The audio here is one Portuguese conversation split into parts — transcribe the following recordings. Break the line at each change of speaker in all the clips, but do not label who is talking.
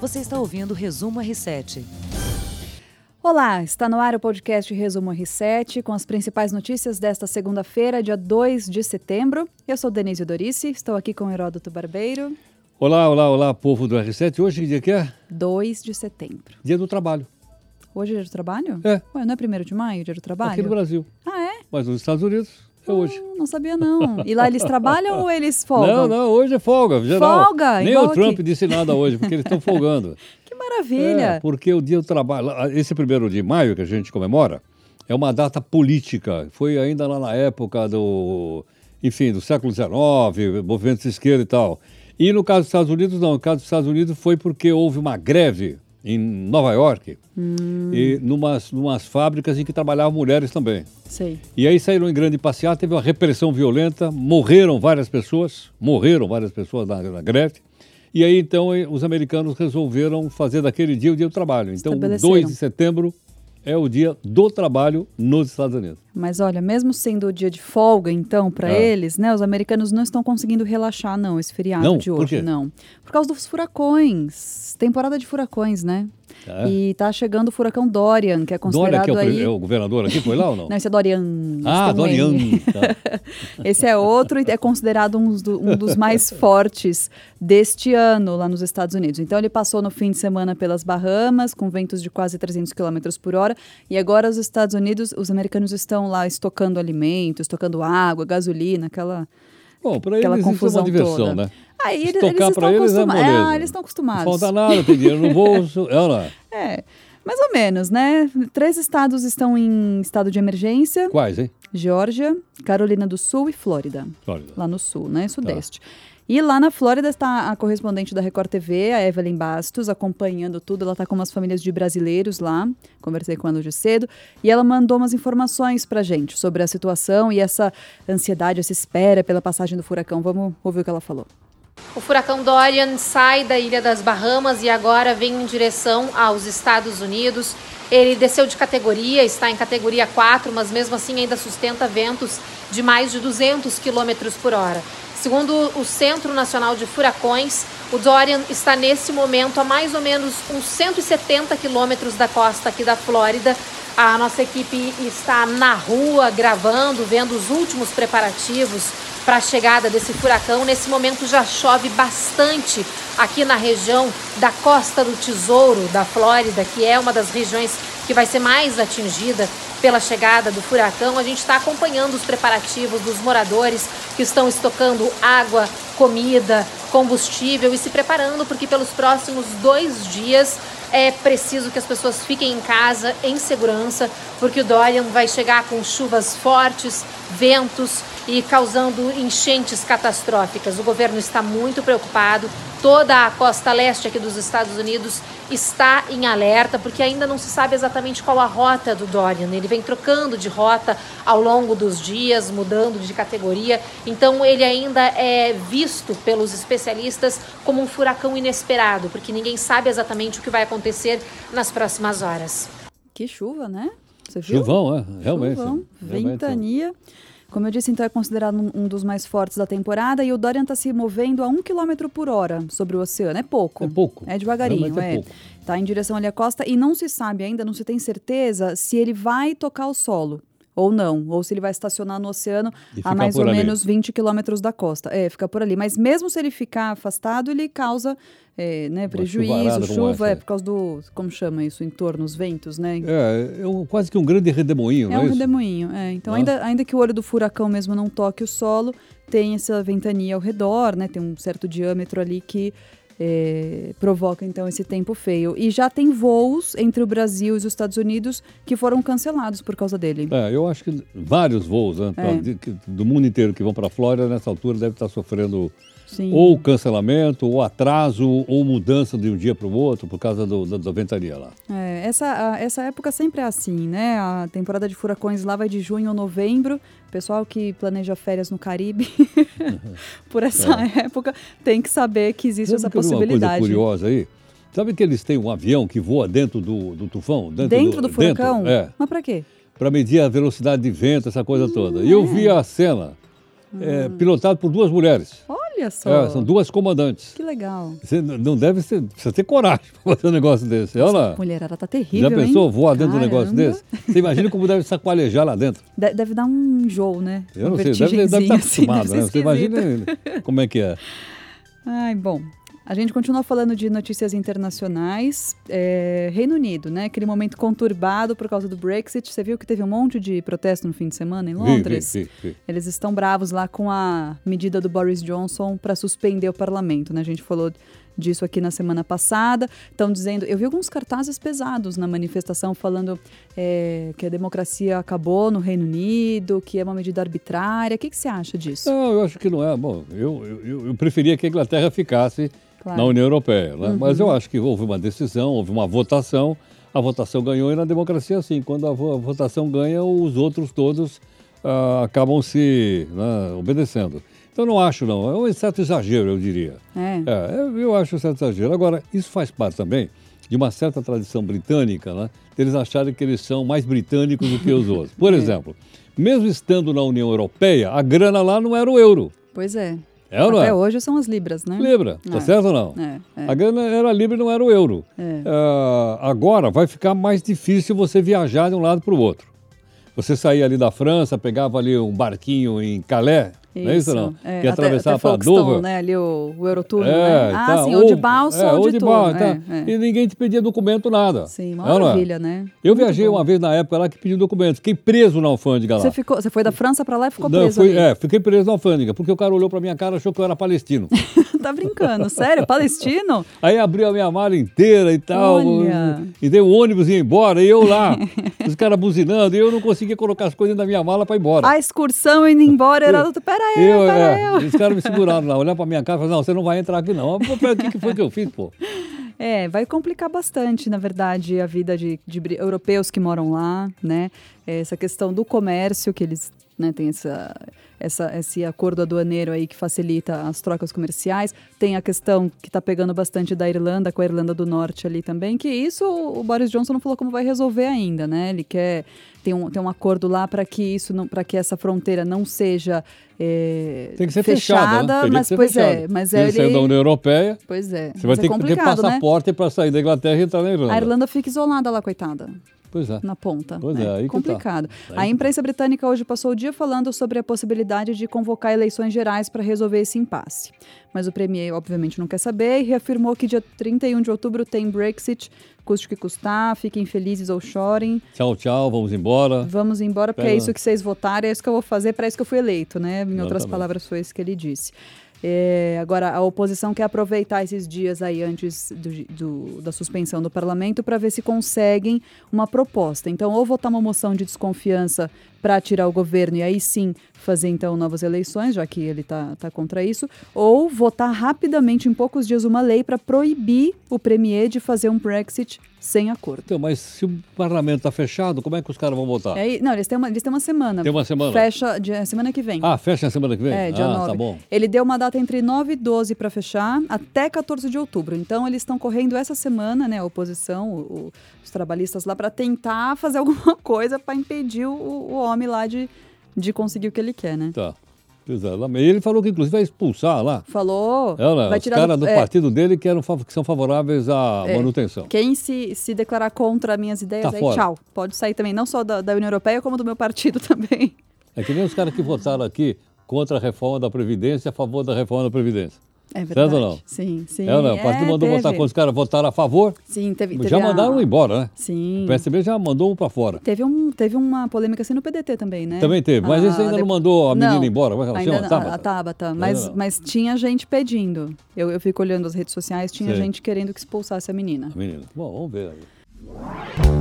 Você está ouvindo o Resumo R7.
Olá, está no ar o podcast Resumo R7 com as principais notícias desta segunda-feira, dia 2 de setembro. Eu sou Denise Dorice, estou aqui com Heródoto Barbeiro.
Olá, olá, olá, povo do R7. Hoje que dia que é?
2 de setembro.
Dia do trabalho.
Hoje é dia do trabalho?
É.
Ué, não é primeiro de maio, dia do trabalho?
Aqui no Brasil.
Ah, é? Hum,
Mas nos Estados Unidos é hoje.
Não, não sabia não. E lá eles trabalham ou eles folgam?
Não, não, hoje é folga, geral.
Folga,
Nem
igual
o Trump
aqui.
disse nada hoje, porque eles estão folgando.
Que maravilha.
É, porque o dia do trabalho, esse primeiro de maio que a gente comemora, é uma data política. Foi ainda lá na época do, enfim, do século XIX, movimentos de esquerda e tal. E no caso dos Estados Unidos, não. No caso dos Estados Unidos foi porque houve uma greve em Nova York e numas, numas fábricas em que trabalhavam mulheres também.
Sei.
E aí saíram em grande passeata, teve uma repressão violenta, morreram várias pessoas, morreram várias pessoas na, na greve. E aí então eh, os americanos resolveram fazer daquele dia o dia do trabalho. Então, o
Estabeleceram.
2 de setembro é o dia do trabalho nos Estados Unidos.
Mas olha, mesmo sendo o dia de folga, então, para
É.
eles, né? Os americanos não estão conseguindo relaxar, não, esse feriado
Não?
de
Por
hoje,
quê?
não. Por causa dos furacões. Temporada de furacões, né?
É.
E tá chegando o furacão Dorian, que é
Dória,
considerado
que é o, pre-
aí.
é o governador aqui, foi lá ou não?
Não, esse é Dorian.
ah,
esse tem um
Dorian.
N.
tá.
Esse é outro e é considerado um dos, do- um dos mais fortes deste ano lá nos Estados Unidos. Então ele passou no fim de semana pelas Bahamas, com ventos de quase 300 km por hora. E agora os Estados Unidos, os americanos estão lá estocando alimentos, estocando água, gasolina, aquela,
Bom, para
aquela
eles isso é
confusão
uma diversão,
toda.
né?
Aí eles, eles
Estocar
estão
pra eles é
acostumados.
moleza.
eles estão
Não
acostumados.
falta nada, tem dinheiro no bolso. Olha lá.
É, mais ou menos, né? Três estados estão em estado de emergência:
Quais, hein?
Geórgia, Carolina do Sul e Flórida.
Flórida.
lá no sul, né? Sudeste. E lá na Flórida está a correspondente da Record TV, a Evelyn Bastos, acompanhando tudo. Ela está com umas famílias de brasileiros lá. Conversei com ela hoje cedo. E ela mandou umas informações pra gente sobre a situação e essa ansiedade, essa espera pela passagem do furacão. Vamos ouvir o que ela falou.
O furacão Dorian sai da ilha das Bahamas e agora vem em direção aos Estados Unidos. Ele desceu de categoria, está em categoria 4, mas mesmo assim ainda sustenta ventos de mais de 200 quilômetros por hora. Segundo o Centro Nacional de Furacões, o Dorian está nesse momento a mais ou menos uns 170 quilômetros da costa aqui da Flórida. A nossa equipe está na rua gravando, vendo os últimos preparativos para a chegada desse furacão. Nesse momento já chove bastante aqui na região da Costa do Tesouro, da Flórida, que é uma das regiões que vai ser mais atingida pela chegada do furacão. A gente está acompanhando os preparativos dos moradores que estão estocando água, comida, combustível e se preparando, porque pelos próximos dois dias é preciso que as pessoas fiquem em casa em segurança, porque o Dorian vai chegar com chuvas fortes, ventos e causando enchentes catastróficas. O governo está muito preocupado. Toda a costa leste aqui dos Estados Unidos está em alerta, porque ainda não se sabe exatamente qual a rota do Dorian. Ele vem trocando de rota ao longo dos dias, mudando de categoria. Então, ele ainda é visto pelos especialistas como um furacão inesperado, porque ninguém sabe exatamente o que vai acontecer nas próximas horas.
Que chuva, né? Você viu?
Chuvão, é, realmente.
Chuvão,
realmente. né?
ventania. Como eu disse, então é considerado um, um dos mais fortes da temporada e o Dorian está se movendo a um quilômetro por hora sobre o oceano. É pouco.
É pouco.
É devagarinho,
Realmente é
é.
pouco.
Tá em direção ali à costa e não se sabe ainda, não se tem certeza se ele vai tocar o solo ou não, ou se ele vai estacionar no oceano
E
a
ficar
mais
por
ou
ali.
menos 20 quilômetros da costa. É, fica por ali. Mas mesmo se ele ficar afastado, ele causa é, né, prejuízo,
chuvarada como
chuva, é
essa, é.
por causa do, como chama isso, entorno, os ventos, né?
É, é um- quase que um grande redemoinho,
É
não
um
é isso?
redemoinho, é. Então,
Não é?
ainda, ainda que o olho do furacão mesmo não toque o solo, tem essa ventania ao redor, né? Tem um certo diâmetro ali que é, provoca, então, esse tempo feio. E já tem voos entre o Brasil e os Estados Unidos que foram cancelados por causa dele.
É, eu acho que vários voos né, pra-
É.
de- que- do mundo inteiro que vão para a Flórida nessa altura deve estar sofrendo
Sim.
ou cancelamento, ou atraso, ou mudança de um dia para o outro por causa do- da, da ventania lá.
É, essa, a- essa época sempre é assim, né? A temporada de furacões lá vai de junho a novembro. Pessoal que planeja férias no Caribe, por essa época, tem que saber que existe essa
É. Sabe que eu vi uma coisa
possibilidade.
curiosa aí? Sabe que eles têm um avião que voa dentro do, do tufão? Dentro,
Dentro do furacão?
Dentro, é,
Mas pra quê?
para medir a
Hum,
velocidade de vento, essa coisa toda. E eu vi a cena, é, pilotado por é, duas mulheres.
Olha só.
É, são duas comandantes.
Que legal.
Você n- não deve ser, precisa ter coragem para fazer um negócio desse. Olha lá.
Mulher, ela tá
Já
terrível,
pensou
hein?
voar dentro de um negócio
Caramba.
desse? Você imagina como deve sacoalhejar lá dentro.
De- deve dar um enjoo, né?
Eu
Um
não sei, deve, deve estar
vertigenzinho, assim,
acostumado,
deve
né?
ser
Você imagina
esquisito.
como é que é.
Ai, bom. A gente continua falando de notícias internacionais. É, Reino Unido, né? Aquele momento conturbado por causa do Brexit. Você viu que teve um monte de protesto no fim de semana em
Vi, vi,
Londres?
vi, vi.
Eles estão bravos lá com a medida do Boris Johnson para suspender o parlamento, né? A gente falou disso aqui na semana passada. Estão dizendo. Eu vi alguns cartazes pesados na manifestação falando é, que a democracia acabou no Reino Unido, que é uma medida arbitrária. O que, que você acha disso?
Não, eu acho que não é. Bom, eu, eu- eu, eu preferia que a Inglaterra ficasse
Claro. Uhum.
na União Europeia, né? mas eu acho que houve uma decisão, houve uma votação, a votação ganhou e na democracia é assim, quando a, vo- a votação ganha, os outros todos ah, acabam se né, obedecendo. Então não acho não, é um certo exagero, eu diria.
É.
É, eu- eu acho um certo exagero. Agora, isso faz parte também de uma certa tradição britânica, né? Deles acharem que eles são mais britânicos do que os outros.
É.
Por exemplo, mesmo estando na União Europeia, a grana lá não era o euro.
Pois é.
É ou não
Até
é?
hoje são as libras, né?
Libra, tá
É.
certo ou não?
É, é.
A grana era libra e não era o euro. Ah, agora vai ficar mais difícil você viajar de um lado para o outro. Você saía ali da França, pegava ali um barquinho em Calais, não é isso não?
É,
e
até-
atravessava
até
para
Folkestone,
Dover.
né? Ali o, o Eurotour,
É,
né? Ah,
tá,
sim, ou de balsa
é,
ou de, tour.
balsa,
é,
tá.
é.
E ninguém te pedia documento, nada.
Sim,
É ou não é?
maravilha, né?
Eu viajei uma vez na época lá que pedi documento. Fiquei preso na alfândega lá.
Você, ficou, você foi da França pra lá e ficou
Não, eu
preso
fui-
ali.
é, fiquei preso na alfândega, porque o cara olhou pra minha cara e achou que eu era palestino.
tá brincando, sério? Palestino?
Aí abriu a minha mala inteira e tal.
Olha.
E deu o ônibus ia embora, e eu lá. os caras buzinando, e eu não conseguia colocar as coisas na minha mala pra ir embora.
A excursão indo embora era outra. Pera aí,
Eu,
pera
é,
eu.
Os caras me seguraram lá, olharam pra minha cara e falaram, não, você não vai entrar aqui não. Eu, pô, pera, O que, que foi que eu fiz, pô?
É, vai complicar bastante, na verdade, a vida de, de bri- europeus que moram lá, né? Essa questão do comércio, que eles né, têm essa, essa- esse acordo aduaneiro aí que facilita as trocas comerciais. Tem a questão que está pegando bastante da Irlanda, com a Irlanda do Norte ali também, que isso o Boris Johnson não falou como vai resolver ainda, né? Ele quer. Tem um, tem um acordo lá para que isso não, para que essa fronteira não seja eh,
Tem que ser fechada, né? Teria que
mas
ser
pois é,
fechada.
mas
ele
é
saiu da União Europeia,
Pois é.
Você vai
mas é
ter que ter
complicado, né?
passaporte para sair da Inglaterra e entrar na Irlanda.
A Irlanda fica isolada lá, coitada,
Pois é.
na ponta.
Pois
né?
é, aí que tá.
Complicado.
Aí
A
que
imprensa britânica hoje passou o dia falando sobre a possibilidade de convocar eleições gerais para resolver esse impasse. Mas o Premier, obviamente, não quer saber e reafirmou que dia 31 de outubro tem Brexit, custe o que custar, fiquem felizes ou chorem.
Tchau, tchau, vamos embora.
Vamos embora, porque é
Pega.
isso que vocês votaram, é isso que eu vou fazer, para isso que eu fui eleito, né? Em outras
Exatamente.
palavras, foi isso que ele disse. É, agora, a oposição quer aproveitar esses dias aí antes do- do- da suspensão do parlamento para ver se conseguem uma proposta. Então, ou votar uma moção de desconfiança para tirar o governo e aí sim fazer então novas eleições, já que ele está contra isso, ou votar rapidamente, em poucos dias, uma lei para proibir o premier de fazer um Brexit sem acordo.
Então, mas se o parlamento está fechado, como é que os caras vão votar?
É, e- não, eles têm, uma, eles têm uma semana.
Tem uma semana?
Fecha dia- semana que vem.
Ah, fecha na semana que vem?
É, dia
ah,
9.
tá bom.
Ele deu uma data entre 9 e 12 para fechar, até 14 de outubro. Então, eles estão correndo essa semana, né, a oposição, o- o- os trabalhistas lá, para tentar fazer alguma coisa para impedir o, o homem lá de, de conseguir o que ele quer, né?
Tá. Pois é, lá- e ele falou que inclusive vai expulsar lá.
Falou,
Ela,
vai
É os
tirar
caras do,
é,
partido dele que, eram, fa- que são favoráveis à
É.
manutenção.
Quem se, se declarar contra minhas ideias,
Tá
aí
fora.
tchau. Pode sair também, não só da, da União Europeia, como do meu partido também.
É que nem os caras que votaram aqui contra a reforma da Previdência e a favor da reforma da Previdência.
É
Certo ou
verdade.
não?
Sim, sim.
É, não, o partido mandou
teve.
votar quando os caras votaram a favor,
Sim, teve.
já
teve a-
mandaram embora, né?
Sim.
O PSB já mandou um para fora.
Teve, um, teve uma polêmica assim no PDT também, né?
Também teve, mas esse ainda não mandou a menina embora, como é que ela
ainda não,
chama? Tabata?
A, a Tabata. Mas,
não.
mas tinha gente pedindo. Eu, eu fico olhando as redes sociais, tinha
Sei.
gente querendo que expulsasse a menina.
Menino. Bom, vamos ver aí.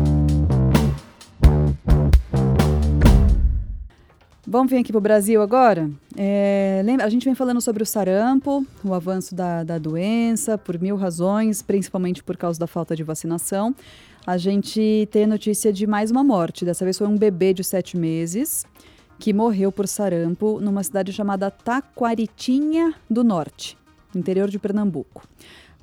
Vamos vir aqui pro Brasil agora? É, lembra, a gente vem falando sobre o sarampo, o avanço da, da doença, por mil razões, principalmente por causa da falta de vacinação. A gente tem notícia de mais uma morte. Dessa vez foi um bebê de sete meses que morreu por sarampo numa cidade chamada Taquaritinha do Norte, interior de Pernambuco.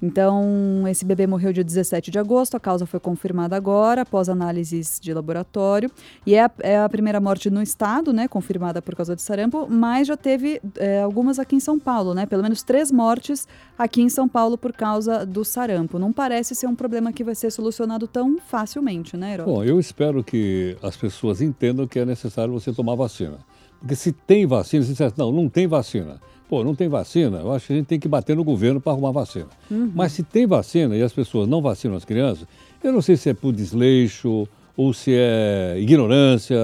Então, esse bebê morreu dia 17 de agosto, a causa foi confirmada agora, após análises de laboratório. E é a, é a primeira morte no estado, né, confirmada por causa de sarampo, mas já teve é, algumas aqui em São Paulo, né, pelo menos três mortes aqui em São Paulo por causa do sarampo. Não parece ser um problema que vai ser solucionado tão facilmente, né, Herói?
Bom, eu espero que as pessoas entendam que é necessário você tomar vacina. Porque se tem vacina, se disser, não, não tem vacina. Pô, não tem vacina, eu acho que a gente tem que bater no governo para arrumar vacina.
Uhum.
Mas se tem vacina e as pessoas não vacinam as crianças, eu não sei se é por desleixo, ou se é ignorância,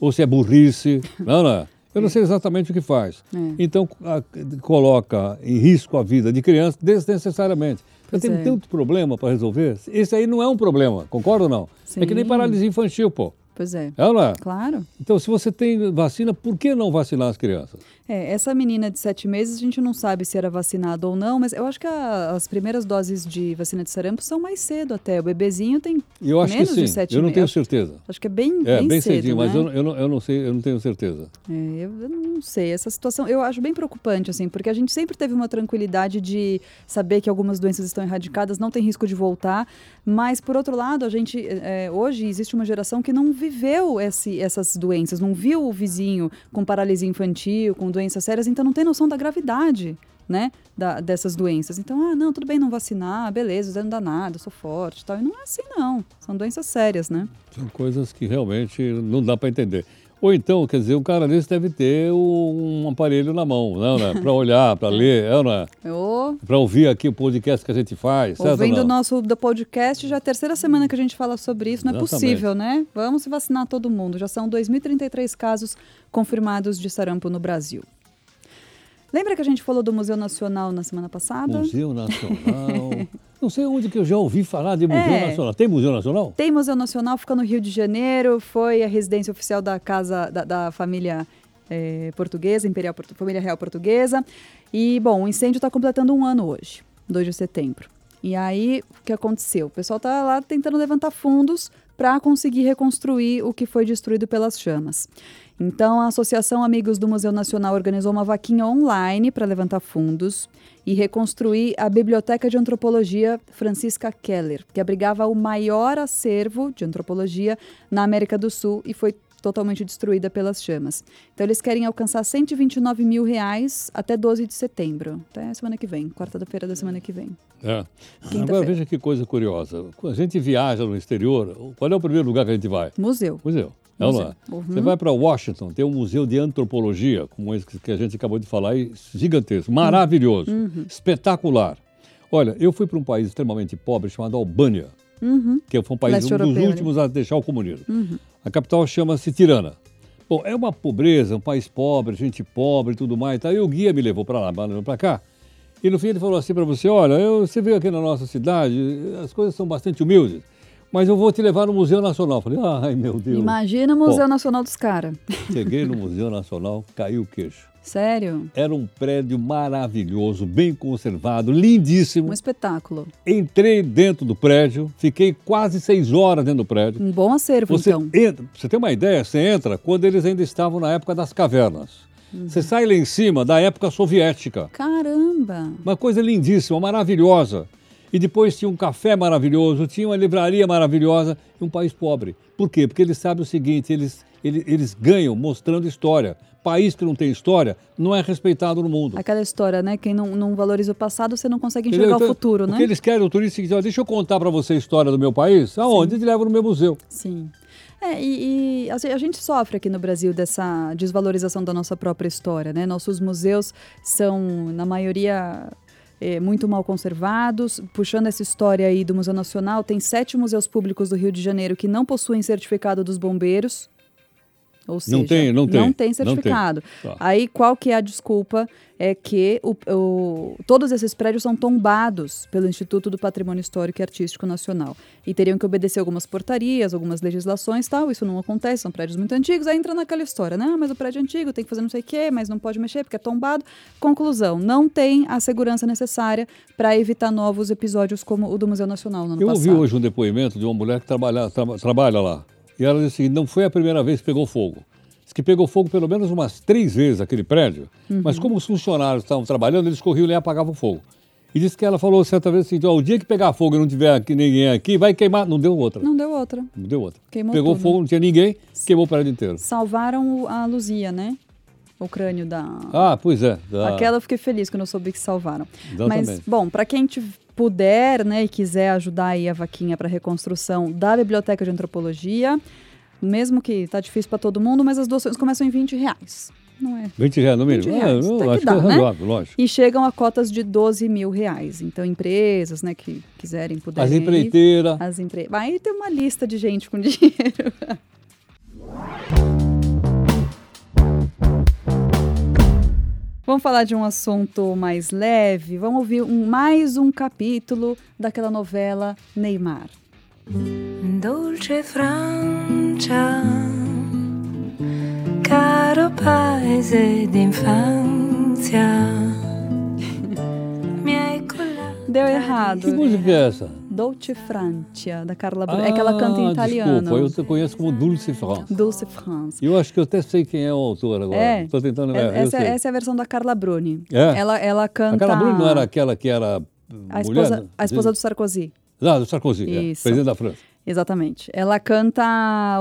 ou se é burrice. Não, não. Eu não sei exatamente o que faz.
É.
Então, a- coloca em risco a vida de crianças desnecessariamente. Eu
Pois
tenho
é.
tanto problema para resolver. Esse aí não é um problema, concorda ou não? É que nem
Sim.
paralisia infantil, pô.
Pois é.
É ou não é?
Claro.
Então, se você tem vacina, por que não vacinar as crianças?
É, essa menina de sete meses, a gente não sabe se era vacinada ou não, mas eu acho que a- as primeiras doses de vacina de sarampo são mais cedo até. O bebezinho tem
E Eu acho
menos
que sim.
de sete
eu não tenho
meses.
certeza.
Acho que é bem,
É, bem,
cedo,
cedinho, mas
né?
eu, eu, não, eu não sei, eu não tenho certeza.
É, eu eu não sei, essa situação eu acho bem preocupante, assim, porque a gente sempre teve uma tranquilidade de saber que algumas doenças estão erradicadas, não tem risco de voltar, mas por outro lado, a gente, é, é, hoje existe uma geração que não viveu esse- essas doenças, não viu o vizinho com paralisia infantil, com doenças sérias, então não tem noção da gravidade, né, da- dessas doenças. Então, ah, não, tudo bem não vacinar, beleza, isso não dá nada, eu sou forte e tal, e não é assim não, são doenças sérias, né?
São coisas que realmente não dá para entender. Ou então, quer dizer, um cara desse deve ter um aparelho na mão, não, né? Para olhar, para ler, é, não é?
Eu...
Para ouvir aqui o podcast que a gente faz, certo? ou
Ouvindo
não?
o nosso do podcast, já é a terceira semana que a gente fala sobre isso. Não é
Exatamente.
possível, né? Vamos se vacinar todo mundo. Já são 2.033 casos confirmados de sarampo no Brasil. Lembra que a gente falou do Museu Nacional na semana passada?
Museu Nacional. não sei onde que eu já ouvi falar de Museu
É.
Nacional. Tem Museu Nacional?
Tem Museu Nacional, fica no Rio de Janeiro, foi a residência oficial da casa da, da família eh, portuguesa, Imperial Portu- Família Real Portuguesa. E, bom, o incêndio está completando um ano hoje, 2 de setembro. E aí, o que aconteceu? O pessoal tá lá tentando levantar fundos para conseguir reconstruir o que foi destruído pelas chamas. Então, a Associação Amigos do Museu Nacional organizou uma vaquinha online para levantar fundos e reconstruir a Biblioteca de Antropologia Francisca Keller, que abrigava o maior acervo de antropologia na América do Sul e foi totalmente destruída pelas chamas. Então, eles querem alcançar 129 mil reais até 12 de setembro, até semana que vem, quarta-feira da semana que vem.
É. Agora
Quinta-feira.
veja que coisa curiosa. Quando a gente viaja no exterior, qual é o primeiro lugar que a gente vai?
Museu.
Museu. É ou não é?
Museu. Uhum.
Você vai para Washington, tem um museu de antropologia, como esse que a gente acabou de falar, aí, gigantesco, maravilhoso,
Uhum.
espetacular. Olha, eu fui para um país extremamente pobre chamado Albânia, que foi um país
Uhum. Leste
um dos
europeu, né?
últimos a deixar o comunismo. A capital chama-se Tirana. Bom, é uma pobreza, um país pobre, gente pobre e tudo mais. Tá? E o guia me levou para lá, para cá. E no fim ele falou assim para você, olha, eu- você veio aqui na nossa cidade, as coisas são bastante humildes, mas eu vou te levar no Museu Nacional. Eu falei, ai meu Deus.
Imagina o Museu
Bom.
Nacional dos Caras.
Cheguei no Museu Nacional, caiu o queixo.
Sério?
Era um prédio maravilhoso, bem conservado, lindíssimo.
Um espetáculo.
Entrei dentro do prédio, fiquei quase seis horas dentro do prédio.
Um bom acervo,
Você,
então.
entra, pra você tem uma ideia, você entra quando eles ainda estavam na época das cavernas.
Uhum.
Você sai lá em cima da época soviética.
Caramba!
Uma coisa lindíssima, maravilhosa. E depois tinha um café maravilhoso, tinha uma livraria maravilhosa e um país pobre. Por quê? Porque eles sabem o seguinte: eles, ele- eles, ganham mostrando história. País que não tem história não é respeitado no mundo.
Aquela história, né? Quem não, não valoriza o passado, você não consegue
Entendeu?
enxergar
Então,
o futuro,
o
né?
que eles querem, o turista diz, "Ó, deixa eu contar para você a história do meu país. Aonde? Eles levam no meu museu.
Sim. É, e, e a ge- a gente sofre aqui no Brasil dessa desvalorização da nossa própria história, né? Nossos museus são, na maioria, é, muito mal conservados. Puxando essa história aí do Museu Nacional, tem sete museus públicos do Rio de Janeiro que não possuem certificado dos bombeiros. Ou seja,
tem, não tem,
Não tem
não tem.
certificado.
Tá.
Aí qual que é a desculpa? É que o- o- todos esses prédios são tombados pelo Instituto do Patrimônio Histórico e Artístico Nacional. E teriam que obedecer algumas portarias, algumas legislações tal. Isso não acontece, são prédios muito antigos. Aí entra naquela história, né? Ah, mas o prédio é antigo tem que fazer não sei o quê, mas não pode mexer porque é tombado. Conclusão, não tem a segurança necessária para evitar novos episódios como o do Museu Nacional no ano
Eu
passado.
ouvi hoje um depoimento de uma mulher que trabalha, traba- trabalha lá. E ela disse que não foi a primeira vez que pegou fogo. Diz que pegou fogo pelo menos
Uhum.
umas três vezes aquele prédio. Mas como os funcionários estavam trabalhando, eles corriam lá e apagavam o fogo. E disse que ela falou certa vez assim: ó, o dia que pegar fogo e não tiver aqui, ninguém aqui, vai queimar. Não deu outra.
Não deu outra.
Não deu outra.
Queimou
Pegou
tudo.
fogo, não tinha ninguém, queimou o prédio inteiro.
Salvaram o- a Luzia, né? O crânio da.
Ah, Então, pois é. da-
Aquela eu fiquei feliz quando eu soube que salvaram.
Exatamente.
Mas, bom, para quem tiv- puder né, e quiser ajudar aí a vaquinha para reconstrução da Biblioteca de Antropologia, mesmo que tá difícil para todo mundo, mas as doações começam em 20 reais. Não é
20 reais no
20
mínimo.
reais,
eu
até que
acho
dá,
que é
né?
razoável, lógico.
e chegam a cotas de 12 mil reais. Então, empresas né, que quiserem,
As
puderem. aí,
empreiteiras.
As empre... Aí tem uma lista de gente com dinheiro. Vamos falar de um assunto mais leve. Vamos ouvir um- mais um capítulo daquela novela Neymar.
Dolce Francia, caro paese d'infanzia. Miei colà-
Deu
Que
errado.
música é essa?
Dolce Francia, da Carla Bruni. é que ela canta em
Ah,
italiano.
Desculpa, eu conheço como Dulce France.
Dulce France.
E eu acho que eu até sei quem é o autor agora.
É.
Estou tentando
É-
lembrar. eu
essa,
sei.
essa é a versão da Carla Bruni.
É?
Ela, ela
A
canta.
Carla Bruni não era aquela que era
a
mulher? né?
esposa, a esposa do Sarkozy.
Ah, do Sarkozy, é,
Isso.
presidente da França.
Exatamente. Ela canta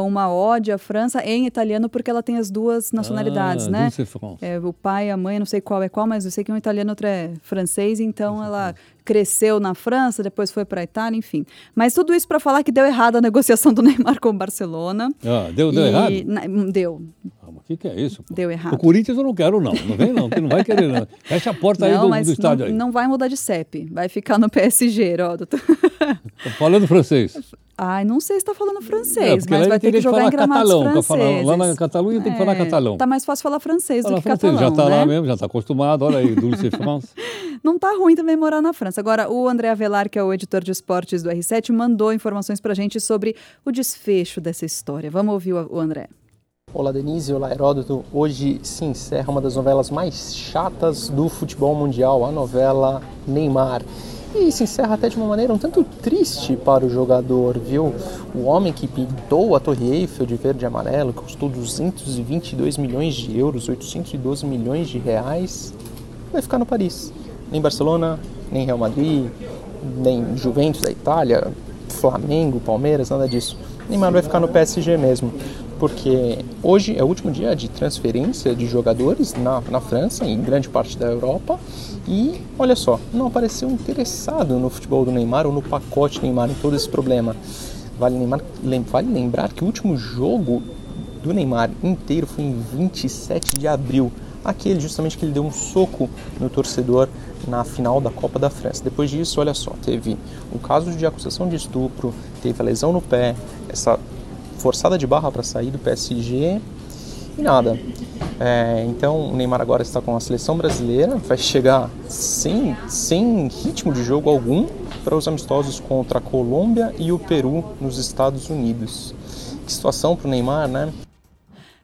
uma ode à França em italiano porque ela tem as duas nacionalidades,
Ah,
né?
Dulce France.
É, o pai, a mãe, não sei qual é qual, mas eu sei que um é italiano, outro é francês, então ela cresceu na França, depois foi para a Itália, enfim. Mas tudo isso para falar que deu errado a negociação do Neymar com o Barcelona.
Ah, deu, deu
E-
errado?
na- deu,
Ah, mas o que, que é isso? pô?
deu errado.
O Corinthians eu não quero, não. Não vem, não. Que não vai querer, não. Fecha a porta aí
não,
do,
mas
do estádio
não,
aí.
não vai mudar de CEP, vai ficar no PSG, Heródoto.
Falando francês.
Ai, não sei se tá falando
É,
francês,
porque lá
mas
ele
vai ter
teria
que
que
jogar
falar
em gramados
catalão, pra
franceses.
falar- lá na Catalunha tem que falar catalão.
Tá mais fácil falar francês
Fala
do que
francês,
catalão,
já está
né?
lá mesmo, já está acostumado. Olha aí, Dulce France.
Não tá ruim também morar na França. Agora, o André Avelar, que é o editor de esportes do R7, mandou informações pra gente sobre o desfecho dessa história. Vamos ouvir o o André.
Olá Denise, olá Heródoto. Hoje se encerra uma das novelas mais chatas do futebol mundial, a novela Neymar. E se encerra até de uma maneira um tanto triste para o jogador, viu? O homem que pintou a Torre Eiffel de verde e amarelo, que custou 222 milhões de euros, 812 milhões de reais, vai ficar no Paris. Nem Barcelona, nem Real Madrid, nem Juventus da Itália, Flamengo, Palmeiras, nada disso. Neymar vai ficar no PSG mesmo, porque hoje é o último dia de transferência de jogadores na, na França, em grande parte da Europa, e olha só, não apareceu interessado no futebol do Neymar ou no pacote Neymar em todo esse problema. Vale, Neymar, lem- vale lembrar que o último jogo do Neymar inteiro foi em 27 de abril. Aquele justamente que ele deu um soco no torcedor na final da Copa da França. Depois disso, olha só, teve o caso de acusação de estupro, teve a lesão no pé, essa forçada de barra para sair do PSG e nada. É, então o Neymar agora está com a seleção brasileira, vai chegar sem, sem ritmo de jogo algum para os amistosos contra a Colômbia e o Peru nos Estados Unidos. Que situação para o Neymar, né?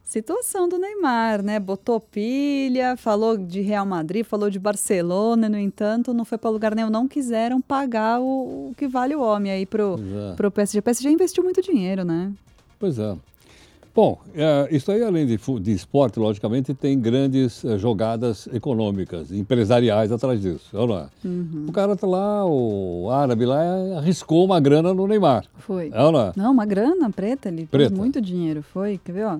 Situação do Neymar, né? Botou pilha, falou de Real Madrid, falou de Barcelona, no entanto, não foi para lugar nenhum. Não quiseram pagar o, o que vale o homem aí pro,
é.
pro PSG. O PSG investiu muito dinheiro, né?
Pois é. Bom, é, isso aí, além de, fu- de esporte, logicamente, tem grandes eh, jogadas econômicas, empresariais atrás disso. Olha lá.
Uhum.
O cara está lá, o árabe lá, arriscou uma grana no Neymar. É
Foi.
Olha lá.
Não, uma grana preta, ele fez
Preta.
muito dinheiro, foi, quer ver, ó.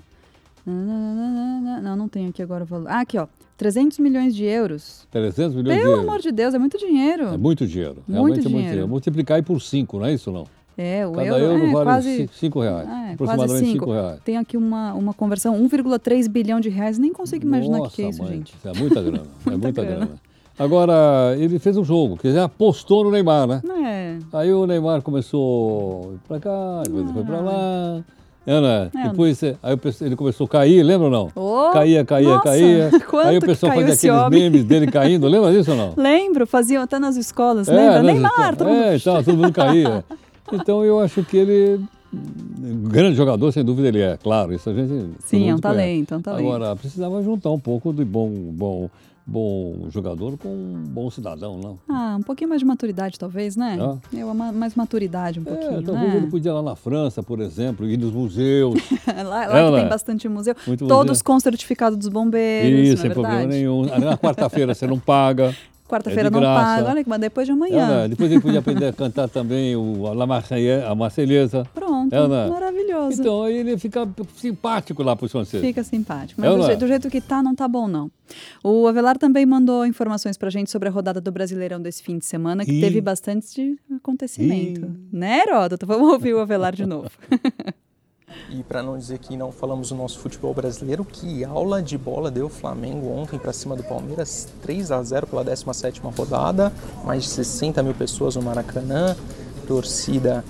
Nananana, Não, não tenho aqui agora o valor. Ah, aqui, ó, 300 milhões de euros.
300 milhões de
Pelo
euros.
amor de Deus, é muito dinheiro.
É muito dinheiro. Realmente é muito
dinheiro.
dinheiro. Multiplicar aí por 5, não é isso não?
É, o
Cada
euro,
euro
é,
vale
quase...
5 reais.
Ah, é, quase
aproximadamente
5.
cinco reais.
Tem aqui uma, uma conversão, 1,3 bilhão de reais. Nem consigo imaginar o que que é
Nossa,
isso,
mãe,
gente.
É muita grana. é muita
grana.
grana. Agora, ele fez um jogo, quer dizer, apostou no Neymar, né?
É,
Aí o Neymar começou a ir pra cá, depois ele foi pra lá. É, né?
É.
Depois é, aí o pessoal- ele começou a cair, lembra ou não?
Ô,
caía, caía,
nossa,
caía.
quanto
aí o
que
pessoal
caiu
fazia
esse
aqueles
homem?
memes dele caindo, lembra disso ou não?
lembro, faziam até nas escolas,
É,
lembra?
né,
Neymar,
gente?
todo mundo...
É, então, todo mundo caía. Então eu acho que ele. um Grande jogador, sem dúvida ele é, claro. Isso a gente. todo
Sim, é um
mundo conhece.
talento, é um talento.
Agora, precisava juntar um pouco de bom, bom, bom jogador com um bom cidadão, não?
Ah, um pouquinho mais de maturidade, talvez, né?
Ah.
Eu, ama- mais maturidade um pouquinho,
É, talvez ele
né? É,
podia ir lá na França, por exemplo, ir nos museus.
lá lá que
Ela-
tem bastante museu.
É, Muito
todos
museu.
com certificado dos bombeiros,
Isso,
não é
sem problema
verdade?
nenhum. Na quarta-feira você não paga.
Quarta-feira
É de
não
graça. É, né?
paga. Olha que mas depois de amanhã.
Ela, depois ele podia aprender a cantar também o, a, La Marseillaise- a Marselhesa.
Pronto,
Ela-
maravilhoso.
É, Então, aí ele fica simpático lá para os franceses.
Fica simpático.
É
Mas
ou
do
não é?
jeito, do jeito que tá, não tá bom, não. O Avelar também mandou informações pra gente sobre a rodada do Brasileirão desse fim de semana, que
Ih.
teve bastante de acontecimento. Né, Heródoto? Vamos ouvir o Avelar de novo.
E para não dizer que não falamos do nosso futebol brasileiro, que aula de bola deu o Flamengo ontem para cima do Palmeiras, 3 a 0 pela 17ª rodada, mais de 60 mil pessoas no Maracanã, torcida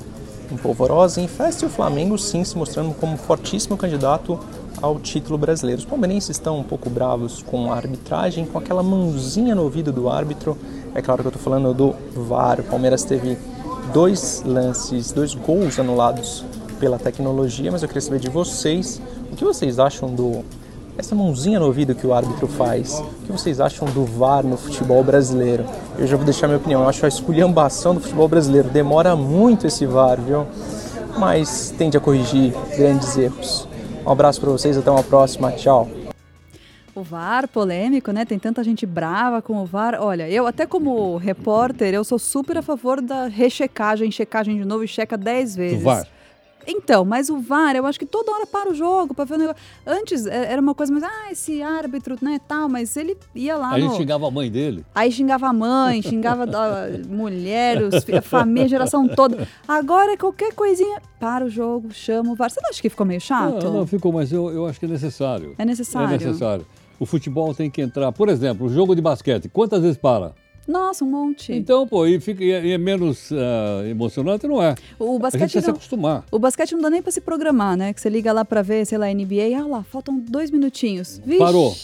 empolvorosa em festa e o Flamengo sim se mostrando como fortíssimo candidato ao título brasileiro. Os palmeirenses estão um pouco bravos com a arbitragem, com aquela mãozinha no ouvido do árbitro. É claro que eu estou falando do VAR. O Palmeiras teve dois lances, dois gols anulados pela tecnologia, mas eu queria saber de vocês o que vocês acham do essa mãozinha no ouvido que o árbitro faz. O que vocês acham do VAR no futebol brasileiro? Eu já vou deixar minha opinião. Eu acho a esculhambação do futebol brasileiro. Demora muito esse VAR, viu? Mas tende a corrigir grandes erros. Um abraço para vocês, até uma próxima. Tchau.
O VAR polêmico, né? Tem tanta gente brava com o VAR. Olha, eu até como repórter, eu sou super a favor da rechecagem, checagem de novo e checa 10 vezes.
Do VAR.
Então, mas o VAR, eu acho que toda hora para o jogo para ver o negócio. Antes é, era uma coisa, mas ah, esse árbitro, né, tal, mas ele ia lá
a
no
gente xingava a mãe dele.
Aí xingava a mãe, xingava a mulher, os fi- a família, a geração toda. Agora é qualquer coisinha, para o jogo, chama o VAR. Você não acha que ficou meio chato?
Não, não ficou, mas eu, eu acho que é necessário.
Ah, É necessário.
É necessário. O futebol tem que entrar. Por exemplo, o jogo de basquete, quantas vezes para?
Nossa, um monte.
Então, pô, e, fica, e é- e é menos ah, emocionante, não é?
o
a gente
basquete
precisa se
não...
acostumar.
O basquete não dá nem pra se programar, né? Que você liga lá pra ver, sei lá, NBA, ah lá, faltam dois minutinhos. Vixe,
Parou.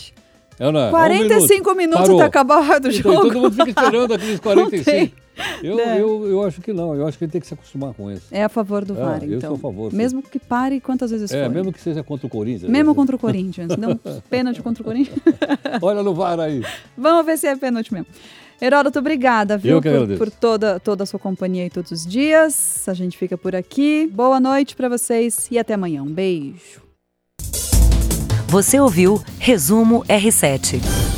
É, não é? Um
45
minuto.
minutos tá
Parou.
até acabar do
Então,
jogo.
todo mundo fica esperando aqueles
Não tem.
45. Eu,
Né?
eu, eu acho que não. Eu acho que a gente tem que se acostumar com isso.
É a favor do
Ah,
VAR,
eu
então.
sou a favor, sim.
Mesmo que pare quantas vezes
É,
for.
mesmo que seja contra o Corinthians. né?
Mesmo contra o Corinthians. Não, pênalti contra o Corinthians.
Olha no VAR aí.
Vamos ver se é pênalti mesmo. Heródoto, obrigada, viu?
Eu que
por,
agradeço.
por toda, toda a sua companhia e todos os dias. A gente fica por aqui. Boa noite pra vocês e até amanhã. Um beijo.
Você ouviu Resumo R7.